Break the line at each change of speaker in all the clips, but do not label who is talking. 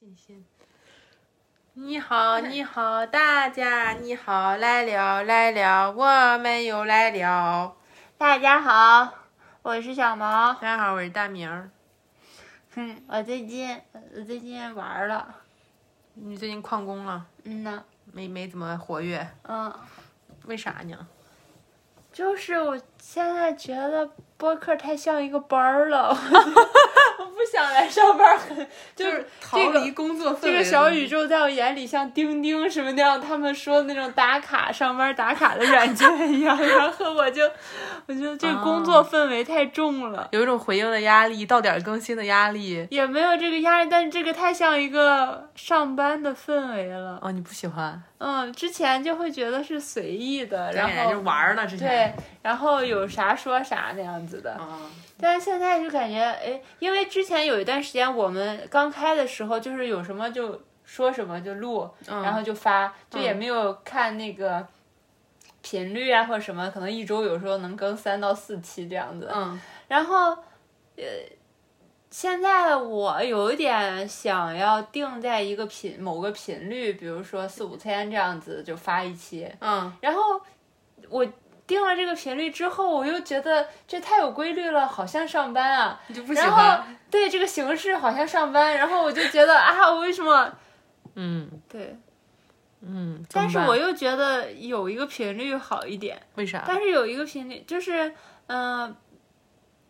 你先。你好，你好，大家你好，来了来了，我们又来了。
大家好，我是小毛。
大家好，我是大明儿。
嗯，我最近我最近玩儿了。
你最近旷工了，
嗯呐，
没没怎么活跃，
嗯，
为啥呢？
就是我现在觉得播客太像一个班儿 了，我不想来上班儿，很就是
逃
这
离
个。
工作氛围。
这个小宇宙在我眼里像钉钉什么那样，他们说的那种打卡上班打卡的软件一样，然后我就， 我就这个工作氛围太重了。
有一种回应的压力，到点儿更新的压力。
也没有这个压力，但是这个太像一个上班的氛围了。
哦，你不喜欢？
嗯，之前就会觉得是随意的，然
对
后
就玩儿呢，之
对
前。，
然后有啥说啥那样子的。
嗯
但是现在就感觉，哎，因为之前有一段时间我们刚开的时候，就是有什么就说什么就录，
嗯
然后就发，就也没有看那个频率啊或者什么，可能一周有时候能更三到四期这样子。
嗯，
然后，呃，现在我有一点想要定在一个频某个频率，比如说四五天这样子就发一期。
嗯，
然后我定了这个频率之后，我又觉得这太有规律了，好像上班啊。
你就不喜
然后
欢？
对这个形式好像上班，然后我就觉得啊，我为什么
嗯
对？
嗯，
但是
怎么办
我又觉得有一个频率好一点。
为啥？
但是有一个频率，就是嗯、呃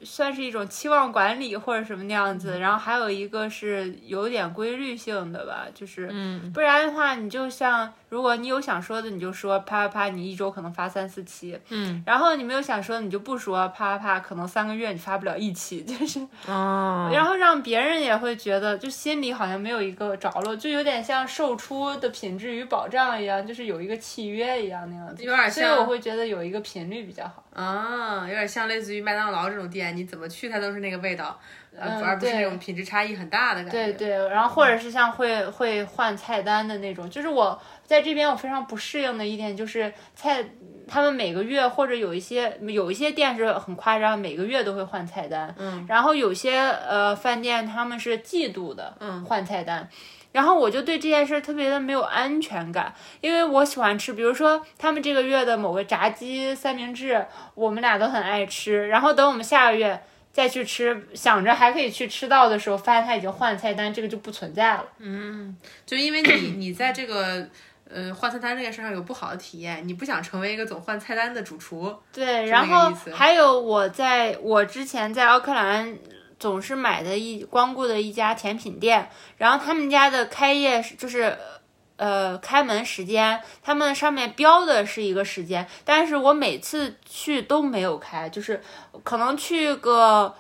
算是一种期望管理或者什么那样
嗯
子。然后还有一个是有点规律性的吧，就是。
嗯
不然的话，你就像如果你有想说的，你就说啪啪啪，你一周可能发三四期；
嗯
然后你没有想说，你就不说啪啪啪，可能三个月你发不了一期，就是，
哦，
然后让别人也会觉得，就心里好像没有一个着落，就有点像售出的品质与保障一样，就是有一个契约一样那样子。
有点
所以
像
我会觉得有一个频率比较好。
啊，有点像类似于麦当劳这种店，你怎么去它都是那个味道，呃
嗯
而不是那
对
种品质差异很大的感觉。
对对，然后或者是像会会换菜单的那种，就是我在这边我非常不适应的一点就是菜，他们每个月或者有一些有一些店是很夸张，每个月都会换菜单，
嗯，
然后有些呃饭店他们是季度的，
嗯，
换菜单。然后我就对这件事儿特别的没有安全感，因为我喜欢吃，比如说他们这个月的某个炸鸡三明治，我们俩都很爱吃。然后等我们下个月再去吃，想着还可以去吃到的时候，发现它已经换菜单，这个就不存在了。
就因为你你在这个呃换菜单这件事上有不好的体验，你不想成为一个总换菜单的主厨。
对，
是
然
那个
后
意思
还有我在我之前在奥克兰总是买的一光顾的一家甜品店，然后他们家的开业是就是。呃，开门时间，他们上面标的是一个时间，但是我每次去都没有开，就是可能去个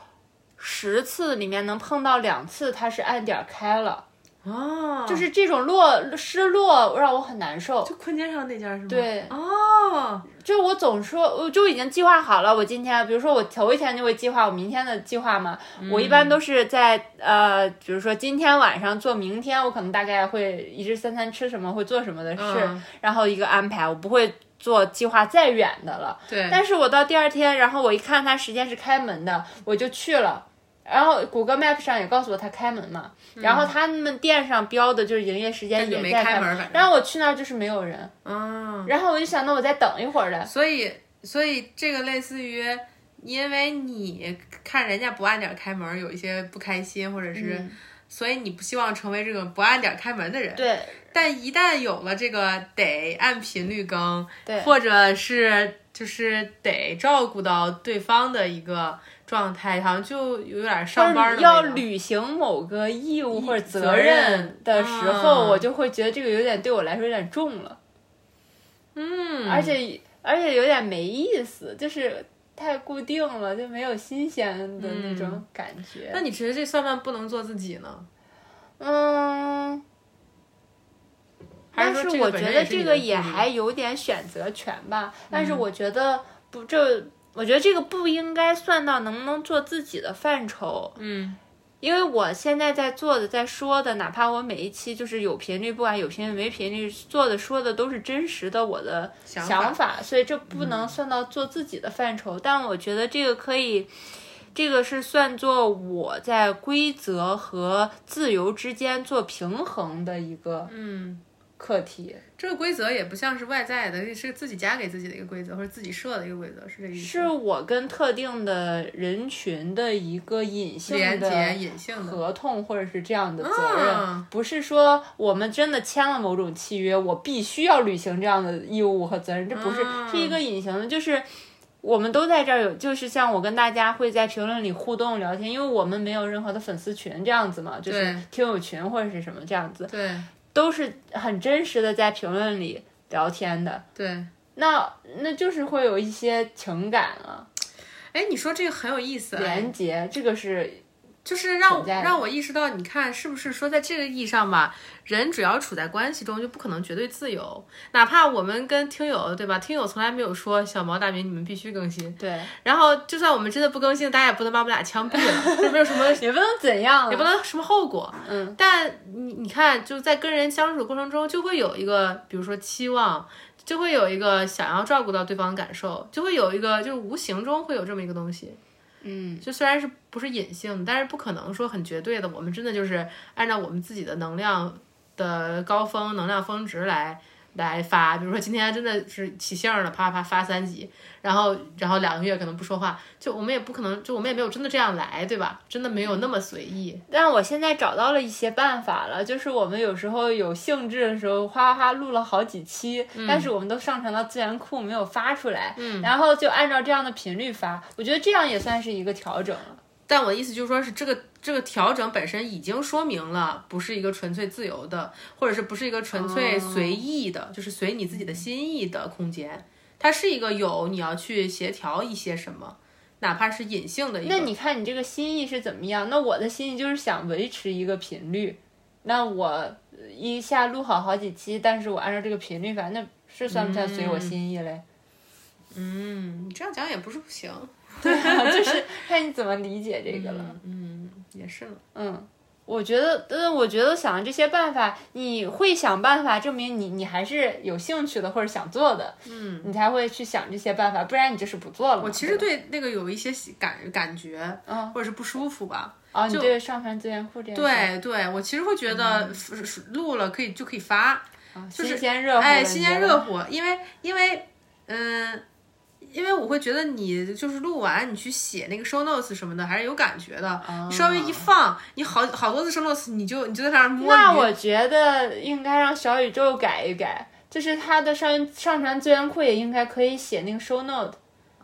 十次里面能碰到两次，它是按点儿开了，
哦，
就是这种落失落让我很难受。
就坤街上那家是吗？
对
哦，
就我总说，我就已经计划好了。我今天，比如说我头一天就会计划我明天的计划嘛。
嗯
我一般都是在呃，比如说今天晚上做明天我可能大概会一日三餐吃什么，会做什么的事，
嗯
然后一个安排。我不会做计划再远的了。
对，
但是我到第二天，然后我一看它时间是开门的，我就去了。然后谷歌 Map 上也告诉我它开门嘛，然后他们店上标的就是营业时间
嗯但就没
也在
开门
门
反正
然后我去那儿就是没有人，
嗯，
然后我就想，那我再等一会儿的。
所以所以这个类似于。因为你看人家不按点儿开门，有一些不开心，或者
嗯
是，所以你不希望成为这种不按点儿开门的人。
对，
但一旦有了这个得按频率更，
对
或者是就是得照顾到对方的一个状态，好像就有点上班的味道
要履行某个义务或者
责
责
任
任的时
啊
候，我就会觉得这个有点对我来说有点重了，
嗯，
而且而且有点没意思，就是太固定了，就没有新鲜的那
嗯
种感觉
那。你觉得这算不算不能做自己呢？
嗯，
还
但
是说
是
这个
我
本
觉
身
得
也是
这
你
个
的嗯
也
自由
还有点选择权吧，但是我觉得不这。我觉得这个不应该算到能不能做自己的范畴，
嗯
因为我现在在做的、在说的，哪怕我每一期就是有频率，不管有频率没频率，做的说的都是真实的我的
想
想法，所以这不能算到做自己的范畴。但我觉得这个可以这个是算作我在规则和自由之间做平衡的一个
嗯，
课题。
这个规则也不像是外在的，是自己加给自己的一个规则，或者自己设的一个规则，是这意思。
是我跟特定的人群的一个隐性
连
的啊
接隐性的，
合同，或者是这样的责任，
嗯
不是说我们真的签了某种契约，我必须要履行这样的义务和责任，这不是、
嗯
是一个隐形的，就是我们都在这儿有，就是像我跟大家会在评论里互动聊天，因为我们没有任何的粉丝群这样子嘛，就是
对
听友群或者是什么这样子，
对
都是很真实的在评论里聊天的，
对。
那那就是会有一些情感啊。
哎，你说这个很有意思，哎
连接，这个是
就是让
存在的
让我意识到，你看是不是说在这个意义上吧，人只要处在关系中，就不可能绝对自由。哪怕我们跟听友，对吧？听友从来没有说小毛大明你们必须更新，
对，
然后就算我们真的不更新，大家也不能把我们俩枪毙了，这没 有什么
也不能怎样
也不
啊，
能什么后果。
嗯，
但你你看，就在跟人相处的过程中，就会有一个，比如说期望，就会有一个想要照顾到对方的感受，就会有一个就是无形中会有这么一个东西。
嗯，
就虽然是不是隐性，但是不可能说很绝对的，我们真的就是按照我们自己的能量的高峰、能量峰值来。来发，比如说今天真的是起兴儿了，啪啪发三级，然后然后两个月可能不说话，就我们也不可能，就我们也没有真的这样来，对吧？真的没有那么随意，
但我现在找到了一些办法了，就是我们有时候有兴致的时候，哗哗哗录了好几期，
嗯
但是我们都上传到资源库没有发出来，嗯，然后就按照这样的频率发，我觉得这样也算是一个调整了。
但我的意思就是说，是这个这个调整本身已经说明了，不是一个纯粹自由的，或者是不是一个纯粹随意的，就是随你自己的心意的空间。它是一个有你要去协调一些什么，哪怕是隐性的一个。
那你看你这个心意是怎么样？那我的心意就是想维持一个频率，那我呃一下录好好几期，但是我按照这个频率发，那是算不算随我心意 嘞？
嗯，你这样讲也不是不行。
对啊，就是看你怎么理解这个了。
嗯，也是呢。
嗯，我觉得，嗯，我觉得想这些办法，你会想办法证明你你还是有兴趣的或者想做的，嗯，你才会去想这些办法，不然你就是不做了嘛。
我其实对那个有一些喜感感觉，或者是不舒服吧。
啊、你对上传资源库这样
对对，我其实会觉得录了可以就可以发，
啊新鲜热乎的，
哎，
你
新
觉
鲜
得
热乎，因为因为嗯、因为我会觉得你就是录完你去写那个 show notes 什么的，还是有感觉的。
哦
你稍微一放，你好好多次 show notes，你就你就在那儿摸
那
鱼
我觉得应该让小宇宙改一改，就是它的上上传资源库也应该可以写那个 show note，、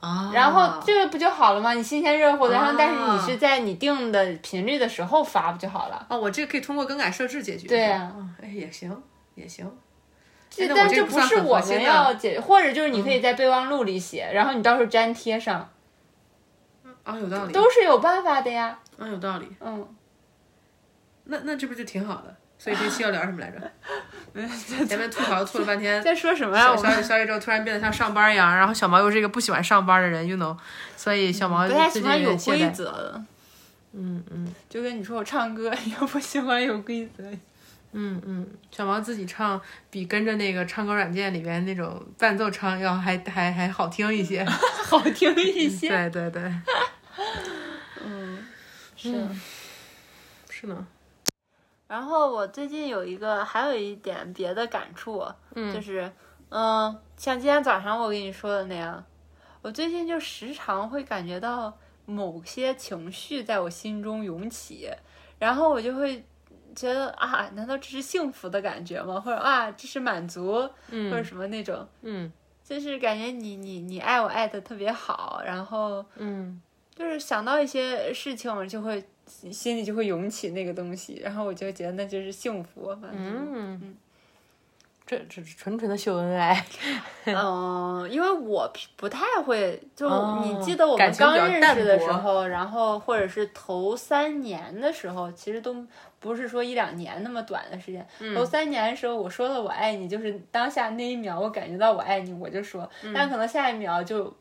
啊，
然后这个不就好了吗？你新鲜热乎的，然后但是
啊
你是在你定的频率的时候发不就好了？
哦，我这个可以通过更改设置解决。
对
呀、
啊
哎，也行，也行。
这
哎那我
但
这
这
个不
不
算
是
很
我
核心啊
们
的嗯
要解，或者就是你可以在备忘录里写，然后你到时候粘贴上，
啊、有道理，
都是有办法的呀。
啊，有道理。
嗯，
那那这不就挺好的？所以这期要聊什么来着？ 前面吐槽吐了半天，
在 说什么呀？
小
我们
小小宇宙突然变得像上班一样，然后小毛又是一个不喜欢上班的人，you know，所以小毛
不太
最
喜
近
欢有
点懈
规
怠。
则的，
嗯嗯
就跟你说我唱歌 也不喜欢有规则。
嗯嗯，小毛自己唱比跟着那个唱歌软件里边那种伴奏唱要还还还好听一些。
好听一些。
对对对，
嗯，是。
是呢。
然后我最近有一个，还有一点别的感触，
嗯
就是，嗯，像今天早上我跟你说的那样，我最近就时常会感觉到某些情绪在我心中涌起，然后我就会觉得啊，难道这是幸福的感觉吗？或者啊，这是满足，或者
嗯
什么那种，
嗯
就是感觉你你你爱我爱的特别好，然后
嗯
就是想到一些事情，我就会心心里就会涌起那个东西，然后我就觉得那就是幸福。嗯
嗯，这这是纯纯的秀恩爱。
嗯，因为我不太会，就
哦
你记得我
感
们
情比
刚
较
认识的时候，然后或者是头三年的时候，其实都不是说一两年那么短的时间。
嗯
头三年的时候，我说了我爱你，就是当下那一秒我感觉到我爱你，我就说，
嗯
但可能下一秒就。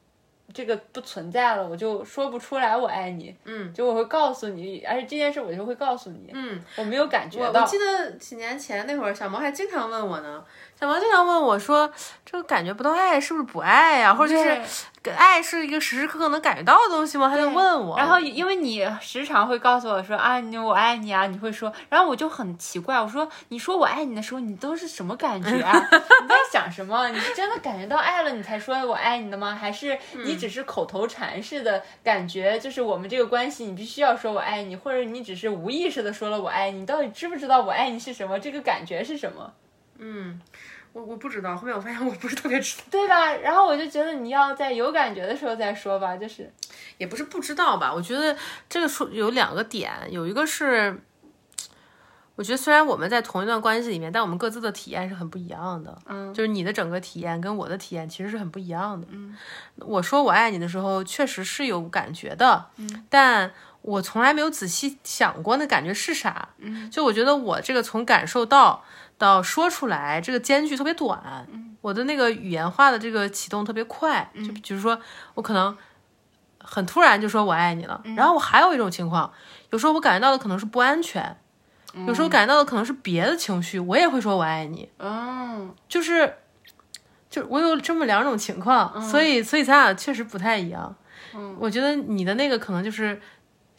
这个不存在了，我就说不出来我爱你。
嗯，
就我会告诉你，而且这件事我就会告诉你。
嗯，
我没有感觉
我
到
我。记得几年前那会儿，小毛还经常问我呢。小毛经常问我说：“这个感觉不到爱，是不是不爱呀、或者就是
对
爱是一个时时刻刻能感觉到的东西吗？他就
对
问我，
然后因为你时常会告诉我说啊，你我爱你啊，你会说，然后我就很奇怪，我说你说我爱你的时候，你都是什么感觉 啊？你在想什么？你是真的感觉到爱了，你才说我爱你的吗？还是你
嗯
只是口头禅式的感觉？就是我们这个关系，你必须要说我爱你，或者你只是无意识的说了我爱你，你到底知不知道我爱你是什么？这个感觉是什么？
我我不知道，后面我发现我不是特别知道，
对吧？然后我就觉得你要在有感觉的时候再说吧，就是
也不是不知道吧。我觉得这个说有两个点，有一个是，我觉得虽然我们在同一段关系里面，但我们各自的体验是很不一样的。嗯，就是你的整个体验跟我的体验其实是很不一样的。嗯，我说我爱你的时候，确实是有感觉的。嗯，但。我从来没有仔细想过那感觉是啥，嗯，就我觉得我这个从感受到到说出来这个间距特别短，嗯，我的那个语言化的这个启动特别快，就比如说我可能很突然就说我爱你了。然后我还有一种情况，有时候我感觉到的可能是不安全，有时候感觉到的可能是别的情绪，我也会说我爱你，
嗯，
就是就我有这么两种情况，
嗯
所以所以咱俩确实不太一样。我觉得你的那个可能就是。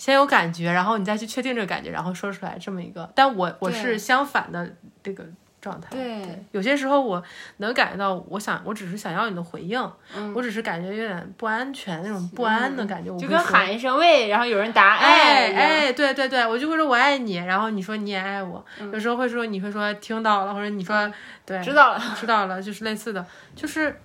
先有感觉，然后你再去确定这个感觉，然后说出来这么一个。但我我
对
是相反的这个状态。
对，
有些时候我能感觉到，我想我只是想要你的回应，我只是感觉有点不安全那种不安的感觉，我
嗯就
会
跟
说
喊一声喂，然后有人答
哎
一样。
哎，对对对，我就会说我爱你，然后你说你也爱我，有时候会说你会说听到了，或者你说对
嗯知道了，
知道了，就是类似的，就是。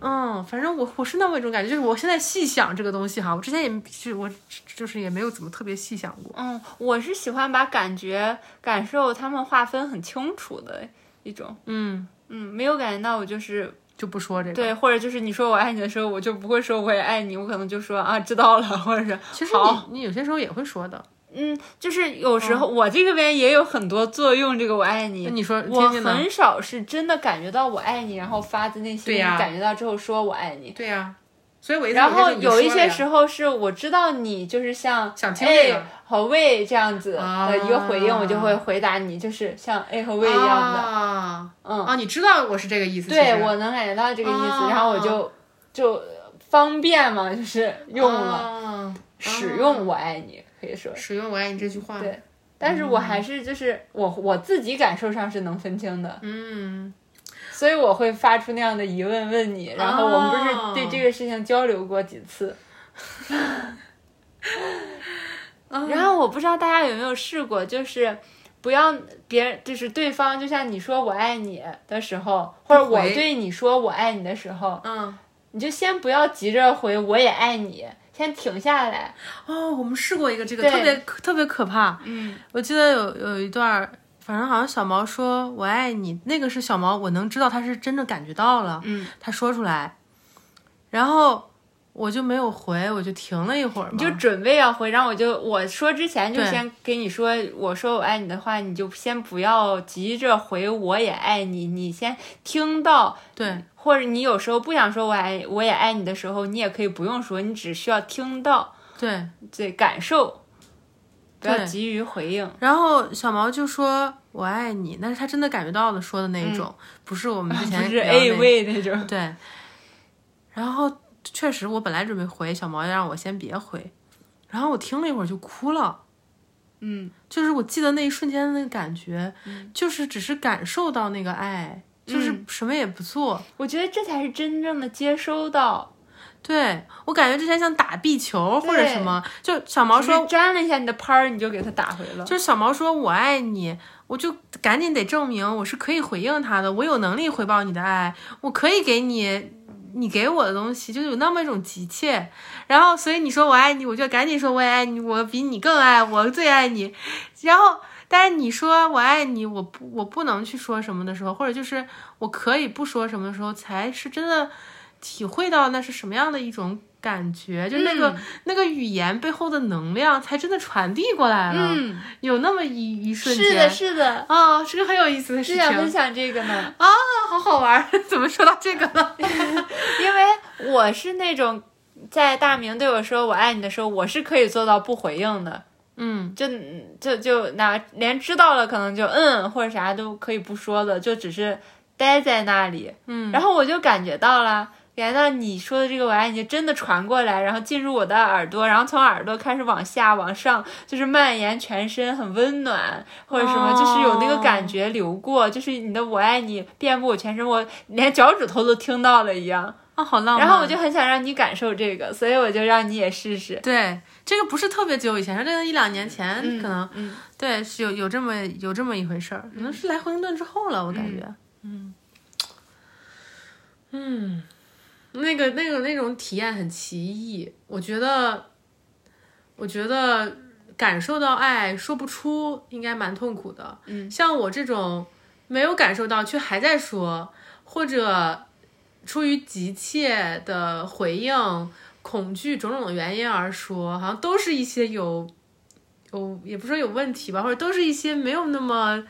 嗯，反正我我是那么一种感觉，就是我现在细想这个东西哈，我之前也就我就是也没有怎么特别细想过。
嗯，我是喜欢把感觉、感受他们划分很清楚的一种，
嗯，
嗯，没有感觉到我就是
就不说这个。
对，或者就是你说我爱你的时候，我就不会说我也爱你，我可能就说啊知道了，或者是
其实
好，
你你有些时候也会说的。
嗯，就是有时候我这个边也有很多作用，这个我爱你，
你说
我
听听呢？
很少是真的感觉到我爱你，然后发自内心
对呀
感觉到之后说我爱你。
对呀、所以我一直
然后有一些
时
时候是我知道你就是像
想听这个
A 和 V 这样子的一个回应，
啊
我就会回答你，就是像 A 和 V 一
候
样的。
啊，
嗯
啊，你知道我是这个意思。其
对
实嗯
我能感觉到这个意思，
啊
然后我就就方便嘛，就是用了、
啊
使用“我爱你”，可以说。
使用“我爱你”这句话。
对但是我还是就是我我自己感受上是能分清的，
嗯，
所以我会发出那样的疑问问你。然后我们不
哦
是对这个事情交流过几 次。
嗯
然后我不知道大家有没有试过，就是不要别人，就是对方，就像你说我爱你的时候，或者
不
我
回
对你说我爱你的时候，
嗯，
你就先不要急着回我也爱你，先停下来。
哦，我们试过一个这个
对
特别可特别可怕。
嗯，
我记得有有一段儿，反正好像小毛说“我爱你”，那个是小毛，我能知道他是真的感觉到了，
嗯，
他说出来，然后我就没有回，我就停了一会儿嘛，
你就准备要回，然后我就我说之前就
对
先给你说，我说我爱你的话，你就先不要急着回我也爱你，你先听到，
对
或者你有时候不想说我爱我也爱你的时候，你也可以不用说，你只需要听到，
对。
对，感受，不要
对
急于回应。
然后小毛就说“我爱你”，那是他真的感觉到的说的那一种，不是我们之
嗯啊不
前
是
聊的那
A 位那种，
哎对，然后确实我本来准备回小毛，让我先别回，然后我听了一会儿就哭了。
嗯，
就是我记得那一瞬间的那个感觉，就是只是感受到那个爱，就是什么也不做。
我觉得这才是真正的接收到，
对我感觉之前像打壁球或者
对
什么，就小毛
只
说
是沾了一下你的拍儿，你就给他打回了。
就是小毛说我爱你，我就赶紧得证明我是可以回应他的，我有能力回报你的爱，我可以给你你给我的东西，就有那么一种急切。然后，所以你说我爱你，我就赶紧说我也爱你，我比你更爱，我最爱你。然后，但是你说我爱你，我不我不能去说什么的时候，或者就是我可以不说什么的时候，才是真的体会到那是什么样的一种。感觉就那个、那个语言背后的能量，才真的传递过来了。
嗯，
有那么一一瞬间，
是的，是的，
啊、是个很有意思的事
是
情，
想分
啊，
享这个呢。
好好玩儿， 怎么说到这个了？
因为我是那种在大明对我说“我爱你”的时候，我是可以做到不回应的，
嗯，
就就就哪连知道了可能就嗯或者
嗯
啥都可以不说的，就只是待在那里，嗯，然后我就感觉到了。原来你说的这个文案，你就真的传过来，然后进入我的耳朵，然后从耳朵开始往下、往上，就是蔓延全身，很温暖，或者什么，
哦
就是有那个感觉流过，就是你的“我爱你”遍布我全身，我连脚趾头都听到了一样。
啊，好浪漫。
然后我就很想让你感受这个，所以我就让你也试试。
对这个不是特别久以前，是这个一两年前，可能
嗯，
对是有有这么有这么一回事儿，可能是来惠灵顿之后了，我感觉，嗯嗯，那个那个那种体验很奇异，我觉得，我觉得感受到爱说不出，应该蛮痛苦的。嗯，像我这种没有感受到却还在说，或者出于急切的回应。恐惧种种的原因而说，好像都是一些有有也不是说有问题吧，或者都是一些没有那么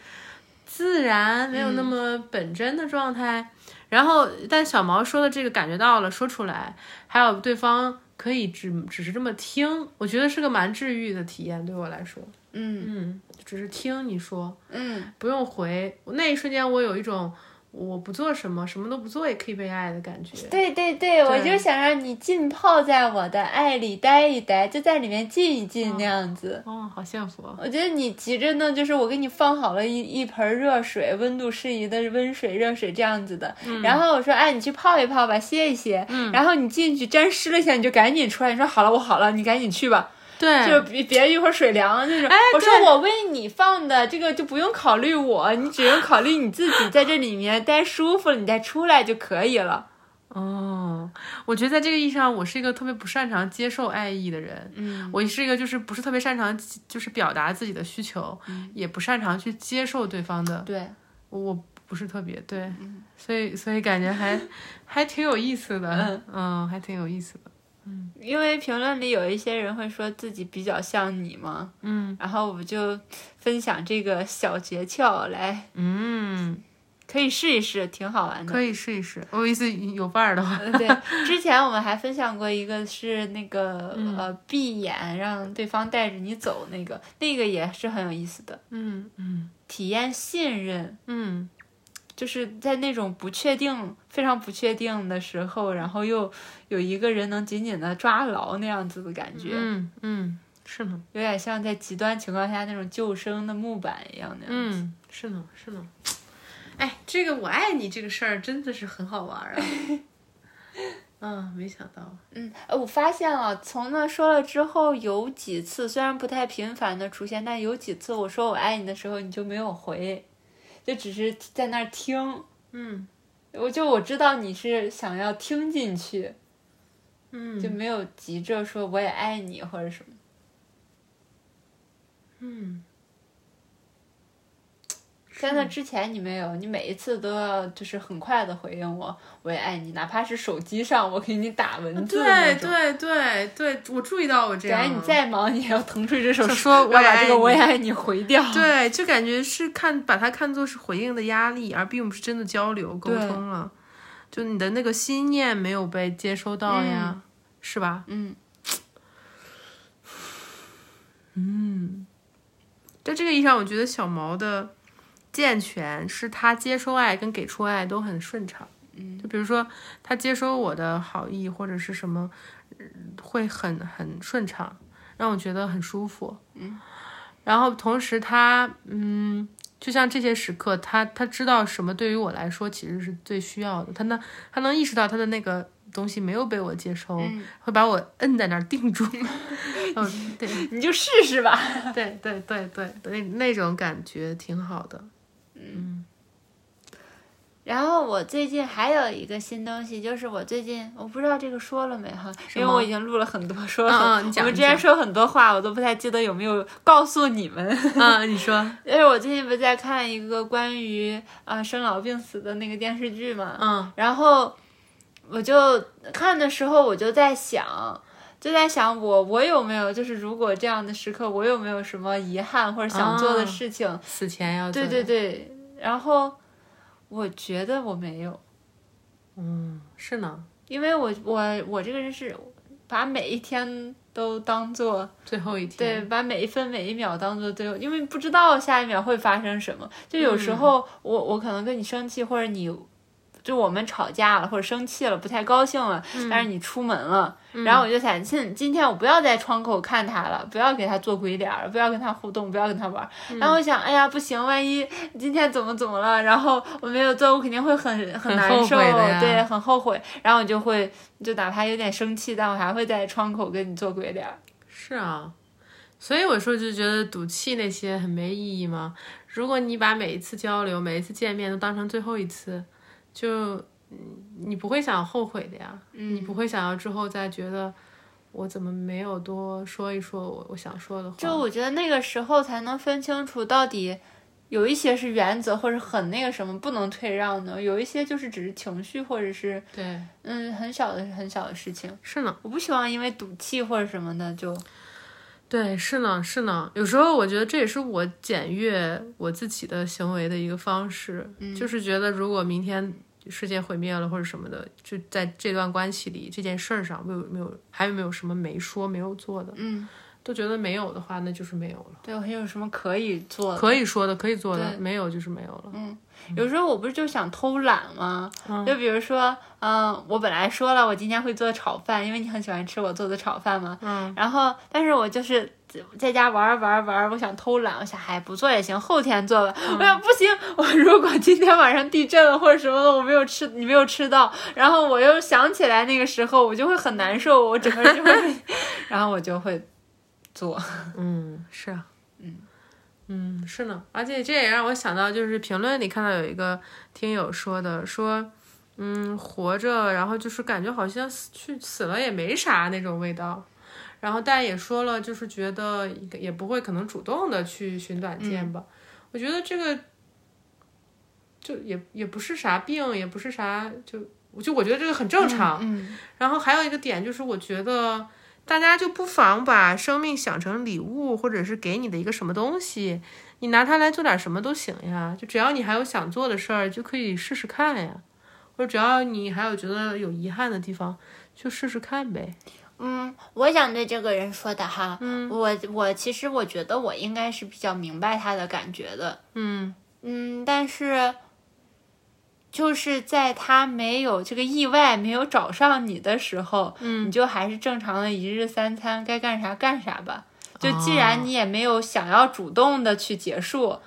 自然、没有那么本真的状态。然后，但小毛说的这个感觉到了，说出来，还有对方可以只只是这么听，我觉得是个蛮治愈的体验，对我来说，
嗯
嗯，只是听你说。
嗯
不用回，那一瞬间我有一种我不做什么，什么都不做也可以被爱的感觉。
对对对，我就想让你浸泡在我的爱里待一待，就在里面浸一浸那样子。
哦，好幸福哦！
我觉得你急着呢，就是我给你放好了一一盆热水，温度适宜的温水、热水这样子的。然后我说，哎，你去泡一泡吧，歇一歇。然后你进去沾湿了一下，你就赶紧出来。你说好了，我好了，你赶紧去吧，
对，
就别别一会儿水凉了那种。
哎
我说
对
我为你放的这个就不用考虑我，你只用考虑你自己在这里面待舒服了，你再出来就可以了。
哦，我觉得在这个意义上，我是一个特别不擅长接受爱意的人。嗯，我是一个就是不是特别擅长就是表达自己的需求，也不擅长去接受对方的。
对，
我我不是特别对，所以所以感觉 还还挺有意思的。嗯，还挺有意思的。
因为评论里有一些人会说自己比较像你嘛，嗯，然后我就分享这个小诀窍来，
嗯，
可以试一试，挺好玩的。
可以试一试。我有意思有伴儿的话，
呃对，之前我们还分享过一个是那个、
嗯
呃闭眼让对方带着你走那个，那个也是很有意思的，
嗯嗯
体验信任，
嗯。
就是在那种不确定、非常不确定的时候，然后又有一个人能紧紧的抓牢那样子的感觉，
嗯嗯，是呢，
有点像在极端情况下那种救生的木板一样那样。
嗯，是呢，是呢。哎，这个我爱你这个事儿真的是很好玩 儿啊。嗯，没想到。
嗯，呃我发现了，从那说了之后，有几次虽然不太频繁的出现，但有几次我说我爱你的时候，你就没有回，就只是在那儿听。
嗯
我就我知道你是想要听进去，
嗯
就没有急着说我也爱你或者什么。
嗯，
在那之前你没有，你每一次都要就是很快的回应我，我也爱你，哪怕是手机上我给你打文字那
对
种。
对对对，我注意到我这样
感觉
了。
你再忙，你也要腾出这首
就说
要
我也
把
爱
这个
你
我也爱你回掉。
对，就感觉是看把它看作是回应的压力，而并不是真的交流沟
对
通了。就你的那个心念没有被接收到呀，是吧？
嗯
嗯在这个意义上，我觉得小毛的健全是他接收爱跟给出爱都很顺畅。嗯，就比如说他接收我的好意或者是什么，嗯会很很顺畅，让我觉得很舒服。嗯，然后同时他嗯，就像这些时刻，他他知道什么对于我来说其实是最需要的，他能他能意识到他的那个。东西没有被我接收，
嗯
会把我摁在那儿定住。 嗯，对，
你就试试吧。
对对对对，那那种感觉挺好 的。
然后我最近还有一个新东西，就是我最近我不知道这个说了没哈，因为
么
我已经录了很多，说了
嗯嗯
很
你讲
我们
你
之前
讲
说很多话，我都不太记得有没有告诉你们。
啊，你说，
因为我最近不是在看一个关于啊、生老病死的那个电视剧嘛，
嗯
然后我就看的时候，我就在想，就在想我我有没有就是如果这样的时刻，我有没有什么遗憾或者想做的
啊
事情？
死前要
对
做
对
的，
对，然后我觉得我没有，
嗯，是呢，
因为我我我这个人是把每一天都当做
最后一天，
对，把每一分每一秒当做最后，因为不
嗯
知道下一秒会发生什么。就有时候我、我可能跟你生气，或者你就我们吵架了或者生气了，不太高兴了，
嗯
但是你出门了，然后我就想，今今天我不要在窗口看他了，不要给他做鬼脸儿，不要跟他互动，不要跟他玩儿。
嗯
然后我想，哎呀，不行，万一今天怎么怎么了，然后我没有做，我肯定会很很难受，
后悔的呀
对，很后悔。然后我就会，就哪怕有点生气，但我还会在窗口跟你做鬼脸儿。
是啊，所以我说就觉得赌气那些很没意义嘛。如果你把每一次交流、每一次见面都当成最后一次，就嗯你不会想后悔的呀，你不会想要之后再觉得我怎么没有多说一说我我想说的话。
就我觉得那个时候才能分清楚到底有一些是原则，或者很那个什么不能退让的，有一些就是只是情绪，或者是
对，
嗯很小的很小的事情。
是呢。
我不希望因为赌气或者什么的就
对，是呢，是呢。有时候我觉得这也是我检阅我自己的行为的一个方式，就是觉得如果明天世界毁灭了或者什么的，就在这段关系里这件事儿上，没有没有还有没有什么没说没有做的，
嗯，
都觉得没有的话，那就是没有了。
对我还有什么可以做的。
可以说的，可以做的，没有就是没有了。
有时候我不是就想偷懒吗？就比如说，嗯、我本来说了我今天会做炒饭，因为你很喜欢吃我做的炒饭嘛。嗯。然后，但是我就是在家玩儿玩儿玩儿，我想偷懒，我想哎不做也行，后天做吧。
嗯
我想不行，我如果今天晚上地震了或者什么的，我没有吃，你没有吃到，然后我又想起来那个时候，我就会很难受，我整个人就会， 然后我就会做。
嗯，是啊，嗯嗯，是呢。而且这也让我想到，就是评论里看到有一个听友说的，说嗯，活着，然后就是感觉好像死去死了也没啥那种味道。然后但也说了，就是觉得也不会可能主动的去寻短见吧。我觉得这个就也也不是啥病，也不是啥就。就我觉得这个很正常，
嗯，
然后还有一个点就是，我觉得大家就不妨把生命想成礼物，或者是给你的一个什么东西，你拿它来做点什么都行呀。就只要你还有想做的事儿，就可以试试看呀。或者只要你还有觉得有遗憾的地方，就试试看呗。
嗯，我想对这个人说的哈，嗯，我我其实我觉得我应该是比较明白他的感觉的，
嗯
嗯，但是就是在他没有这个意外没有找上你的时候，嗯，你就还是正常的一日三餐该干啥干啥吧。就既
哦
然你也没有想要主动的去结束、
哦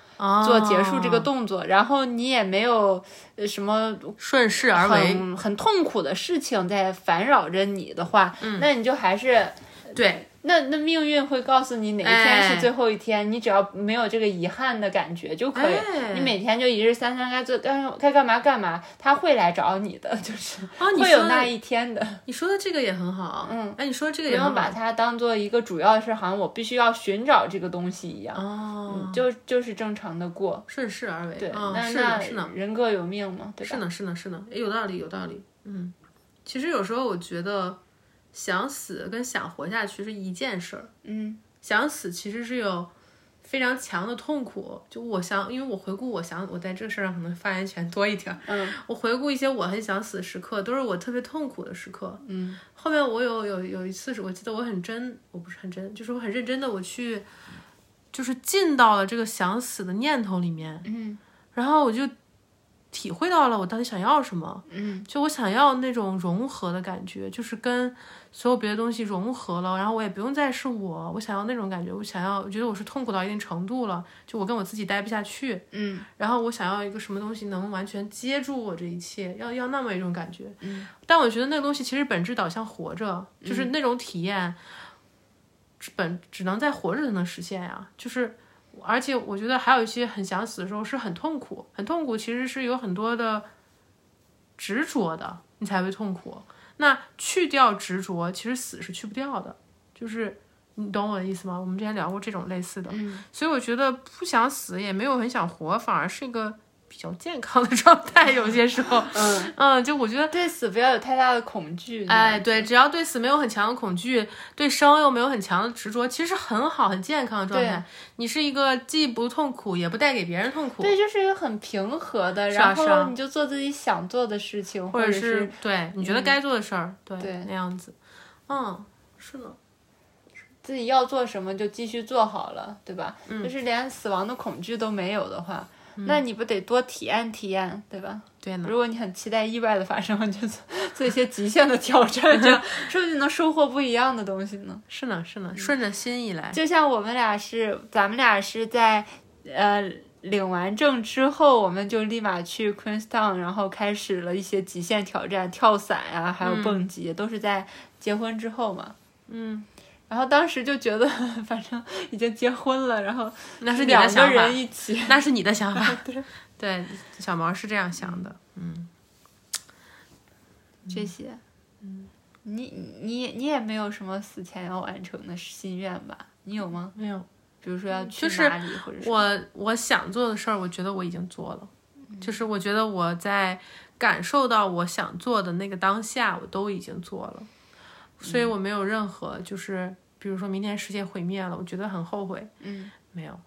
做结束这个动作，然后你也没有呃什么
顺势而为，
很很痛苦的事情在烦扰着你的话，那你就还是
对，
那那命运会告诉你哪一天
哎
是最后一天，你只要没有这个遗憾的感觉就可以。
哎
你每天就一日三餐该做该该干嘛干嘛，他会来找你的， 就是、
哦你
会有
说的
那一天的。
你说的这个也很好。嗯，哎，你说的这个
不
也
用
很
把
好。
它当做一个主要是，好像我必须要寻找这个东西一样，
哦，
就就是正常的过。
顺势而为，对
对，
嗯、
那
是
那
的是呢。
人各有命嘛，对吧？
是呢，是呢，是呢，诶有道理，有道理。嗯，其实有时候我觉得，想死跟想活下去是一件事儿。
嗯
想死其实是有非常强的痛苦。就我想，因为我回顾，我想我在这个事儿上可能发言权多一点。
嗯，
我回顾一些我很想死的时刻，都是我特别痛苦的时刻。
嗯，
后面我有有有一次是我记得我很真，我不是很真，就是我很认真的我去，就是进到了这个想死的念头里面。
嗯
然后我就体会到了我到底想要什么。
嗯，
就我想要那种融合的感觉，就是跟所有别的东西融合了，然后我也不用再是我，我想要那种感觉。我想要，我觉得我是痛苦到一定程度了，就我跟我自己待不下去。
嗯
然后我想要一个什么东西能完全接住我这一切，要要那么一种感觉。嗯，但我觉得那个东西其实本质导向活着，就是
嗯
那种体验，只本只能在活着才能实现呀、就是，而且我觉得还有一些很想死的时候是很痛苦，很痛苦，其实是有很多的执着的，你才会痛苦。那去掉执着，其实死是去不掉的，就是。你懂我的意思吗？我们之前聊过这种类似的，
嗯
所以我觉得不想死也没有很想活，反而是一个比较健康的 状态。有些时候，
嗯，
嗯，就我觉得，
对死不要有太大的恐惧。
哎，对，只要对死没有很强的恐惧，对生又没有很强的执着，其实很好、很健康的状态。你是一个既不痛苦，也不带给别人痛苦，
对，就是一个很平和的，
是啊
然
是啊
后你就做自己想做的事情，
或
者嗯
是对你觉得该做的事儿，对
对
那样子，嗯，是呢，
自己要做什么就继续做好了，对吧？就是连死亡的恐惧都没有的话，那你不得多体验体验，对吧？
对呢，
如果你很期待意外的发生，我觉得做 一些极限的挑战，这样说不定能收获不一样的东西呢。
是呢，是呢，顺着心意来。
就像我们俩是，咱们俩是在呃领完证之后，我们就立马去 Queenstown，然后开始了一些极限挑战，跳伞呀、还有蹦极，都是在结婚之后嘛。
嗯，
然后当时就觉得， 反正已经结婚了，然后
那是你的
两个
想法
人，一起，
那是你的想法。
对，
对，小毛是这样想的。嗯，
这些，嗯，你你你也没有什么死前要完成的心愿吧？你有吗？
没有。
比如说要去
就是
哪里，或者是
我我想做的事儿，我觉得我已经做了，就是我觉得我在感受到我想做的那个当下，我都已经做了，所以我没有任何就是，比如说明天世界毁灭了，我觉得很后悔，
嗯
没有，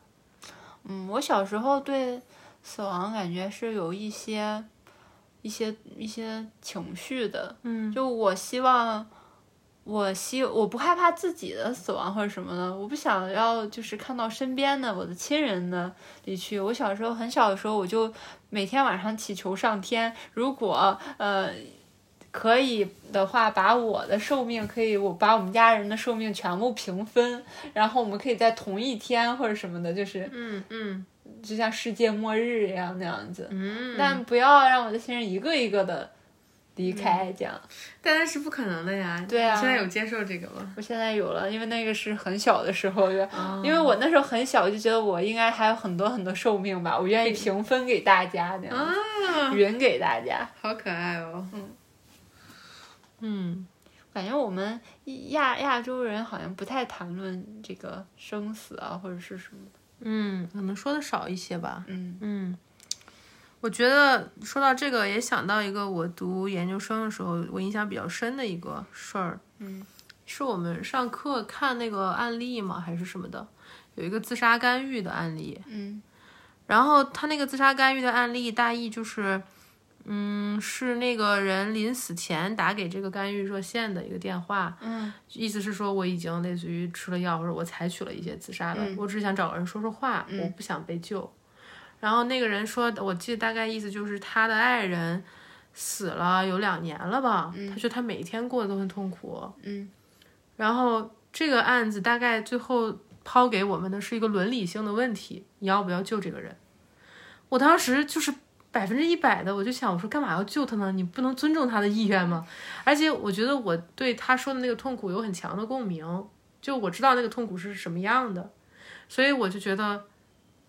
嗯，我小时候对死亡感觉是有一些一些一些情绪的，
嗯
就我希望。我希我不害怕自己的死亡或者什么的，我不想要就是看到身边的我的亲人的离去。我小时候很小的时候，我就每天晚上祈求上天，如果呃可以的话，把我的寿命可以，我把我们家人的寿命全部平分，然后我们可以在同一天或者什么的，就是
嗯嗯
就像世界末日一样那样子，
嗯，
但不要让我的亲人一个一个的离开。这样，
但那是不可能的呀，
对啊
你现在有接受这个吗？
我现在有了，因为那个是很小的时候，就
哦
因为我那时候很小，我就觉得我应该还有很多很多寿命吧，我愿意平分给大家那样，
啊，
匀给大家。
好可爱哦，
嗯
嗯，
感觉我们亚亚洲人好像不太谈论这个生死啊，或者是什么的。
嗯，可能说的少一些吧，
嗯
嗯，我觉得说到这个，也想到一个我读研究生的时候，我印象比较深的一个事儿，
嗯，
是我们上课看那个案例吗？还是什么的？有一个自杀干预的案例，
嗯
然后他那个自杀干预的案例大意就是，嗯，是那个人临死前打给这个干预热线的一个电话，
嗯
意思是说我已经类似于吃了药，或者我采取了一些自杀
嗯
了，我只是想找个人说说话，我不想被救。然后那个人说，我记得大概意思就是他的爱人死了有两年了吧，他觉得他每一天过得都很痛苦。
嗯
然后这个案子大概最后抛给我们的是一个伦理性的问题：你要不要救这个人？我当时就是百分之一百的，我就想，我说干嘛要救他呢？你不能尊重他的意愿吗？而且我觉得我对他说的那个痛苦有很强的共鸣，就我知道那个痛苦是什么样的，所以我就觉得，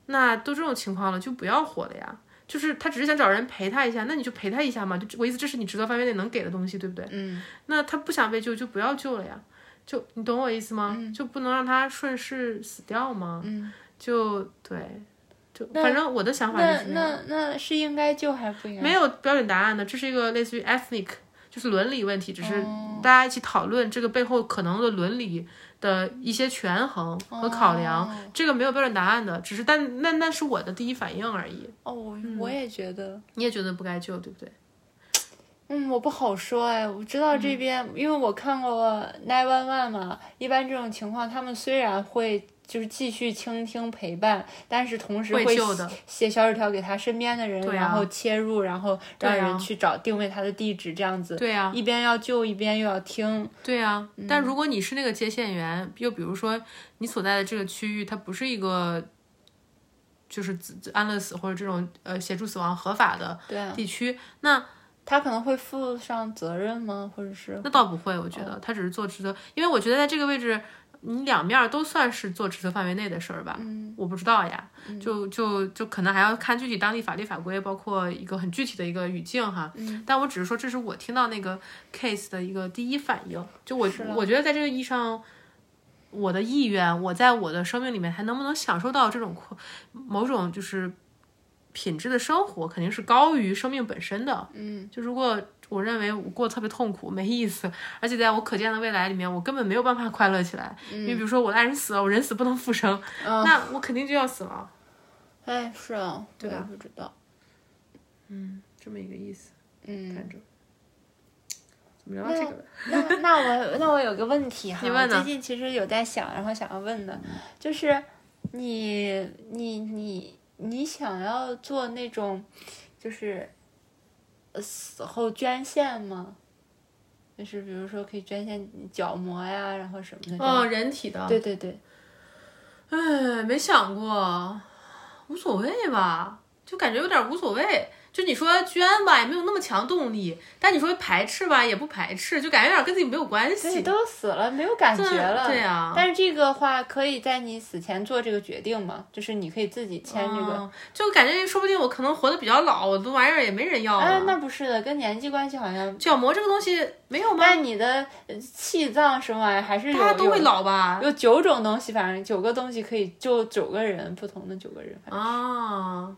那都这种情况了，就不要活了呀。就是他只是想找人陪他一下，那你就陪他一下嘛。就我意思，这是你职责范围内能给的东西，对不对？
嗯
那他不想被救就不要救了呀，就你懂我意思吗？就不能让他顺势死掉吗？
嗯。
就对，就
那
反正我的想法
那
是这样
那那是应该救还是不应该？
没有标准答案的，这是一个类似于 ethnic，就是伦理问题，只是
哦
大家一起讨论这个背后可能的伦理的一些权衡和考量，
哦
这个没有标准答案的，只是但那那是我的第一反应而已。
哦，我我也觉得。
你也觉得不该救，对不对？
嗯，我不好说哎，我知道
嗯
这边，因为我看过 Nine One One 嘛，一般这种情况，他们虽然会就是继续倾听陪伴，但是同时
会
会
救的
写写小纸条给他身边的人，
对啊
然后切入，然后让
对啊
人去找、定位他的地址，这样子，嗯
对啊呀、
一边要救，一边又要听，
对啊，但如果你是那个接线员，又比如说你所在的这个区域，它不是一个就是自自安乐死或者这种呃协助死亡合法的
对啊，
地区，那
他可能会负上责任吗？或者是哦
那倒不会，我觉得他只是做职责，因为我觉得在这个位置，你两面儿都算是做职责范围内的事儿吧。
嗯
我不知道呀，就就就可能还要看具体当地法律法规，包括一个很具体的一个语境哈。
嗯
但我只是说，这是我听到那个 case 的一个第一反应。就我
是啦啊
我觉得在这个意义上，我的意愿，我在我的生命里面还能不能享受到这种快某种就是品质的生活，肯定是高于生命本身的。
嗯
就如果我认为我过得特别痛苦、没意思，而且在我可见的未来里面，我根本没有办法快乐起来。因为比如说我的爱人死了，我人死不能复生，
嗯，
那我肯定就要死了，
哎，是啊，
对
我也
吧
不知道，
这么一个意思。
嗯。
反正怎么聊到这个了？
那那我那我有个问题哈，
你问呢嗯
我最近其实有在想，然后想要问的，就是你你你你想要做那种，就是呃死后捐献吗？就是比如说可以捐献角膜呀，然后什么的这样。
哦，人体的，
对对对，
哎，没想过，无所谓吧，就感觉有点无所谓。就你说捐吧，也没有那么强动力；但你说排斥吧，也不排斥，就感觉有点跟自己没有关
所以
系。
都死了，没有感觉了。
对啊
但是这个话可以在你死前做这个决定嘛？就是你可以自己签这个。
嗯就感觉说不定我可能活得比较老，我这玩意儿也没人要
啊，
了。
那不是的，跟年纪关系好像。
角膜这个东西没有吗？
但你的呃气脏什么玩意儿还是有
大家都会
有
老吧？
有九种东西，反正九个东西可以救九个人，不同的九个人，反正
啊，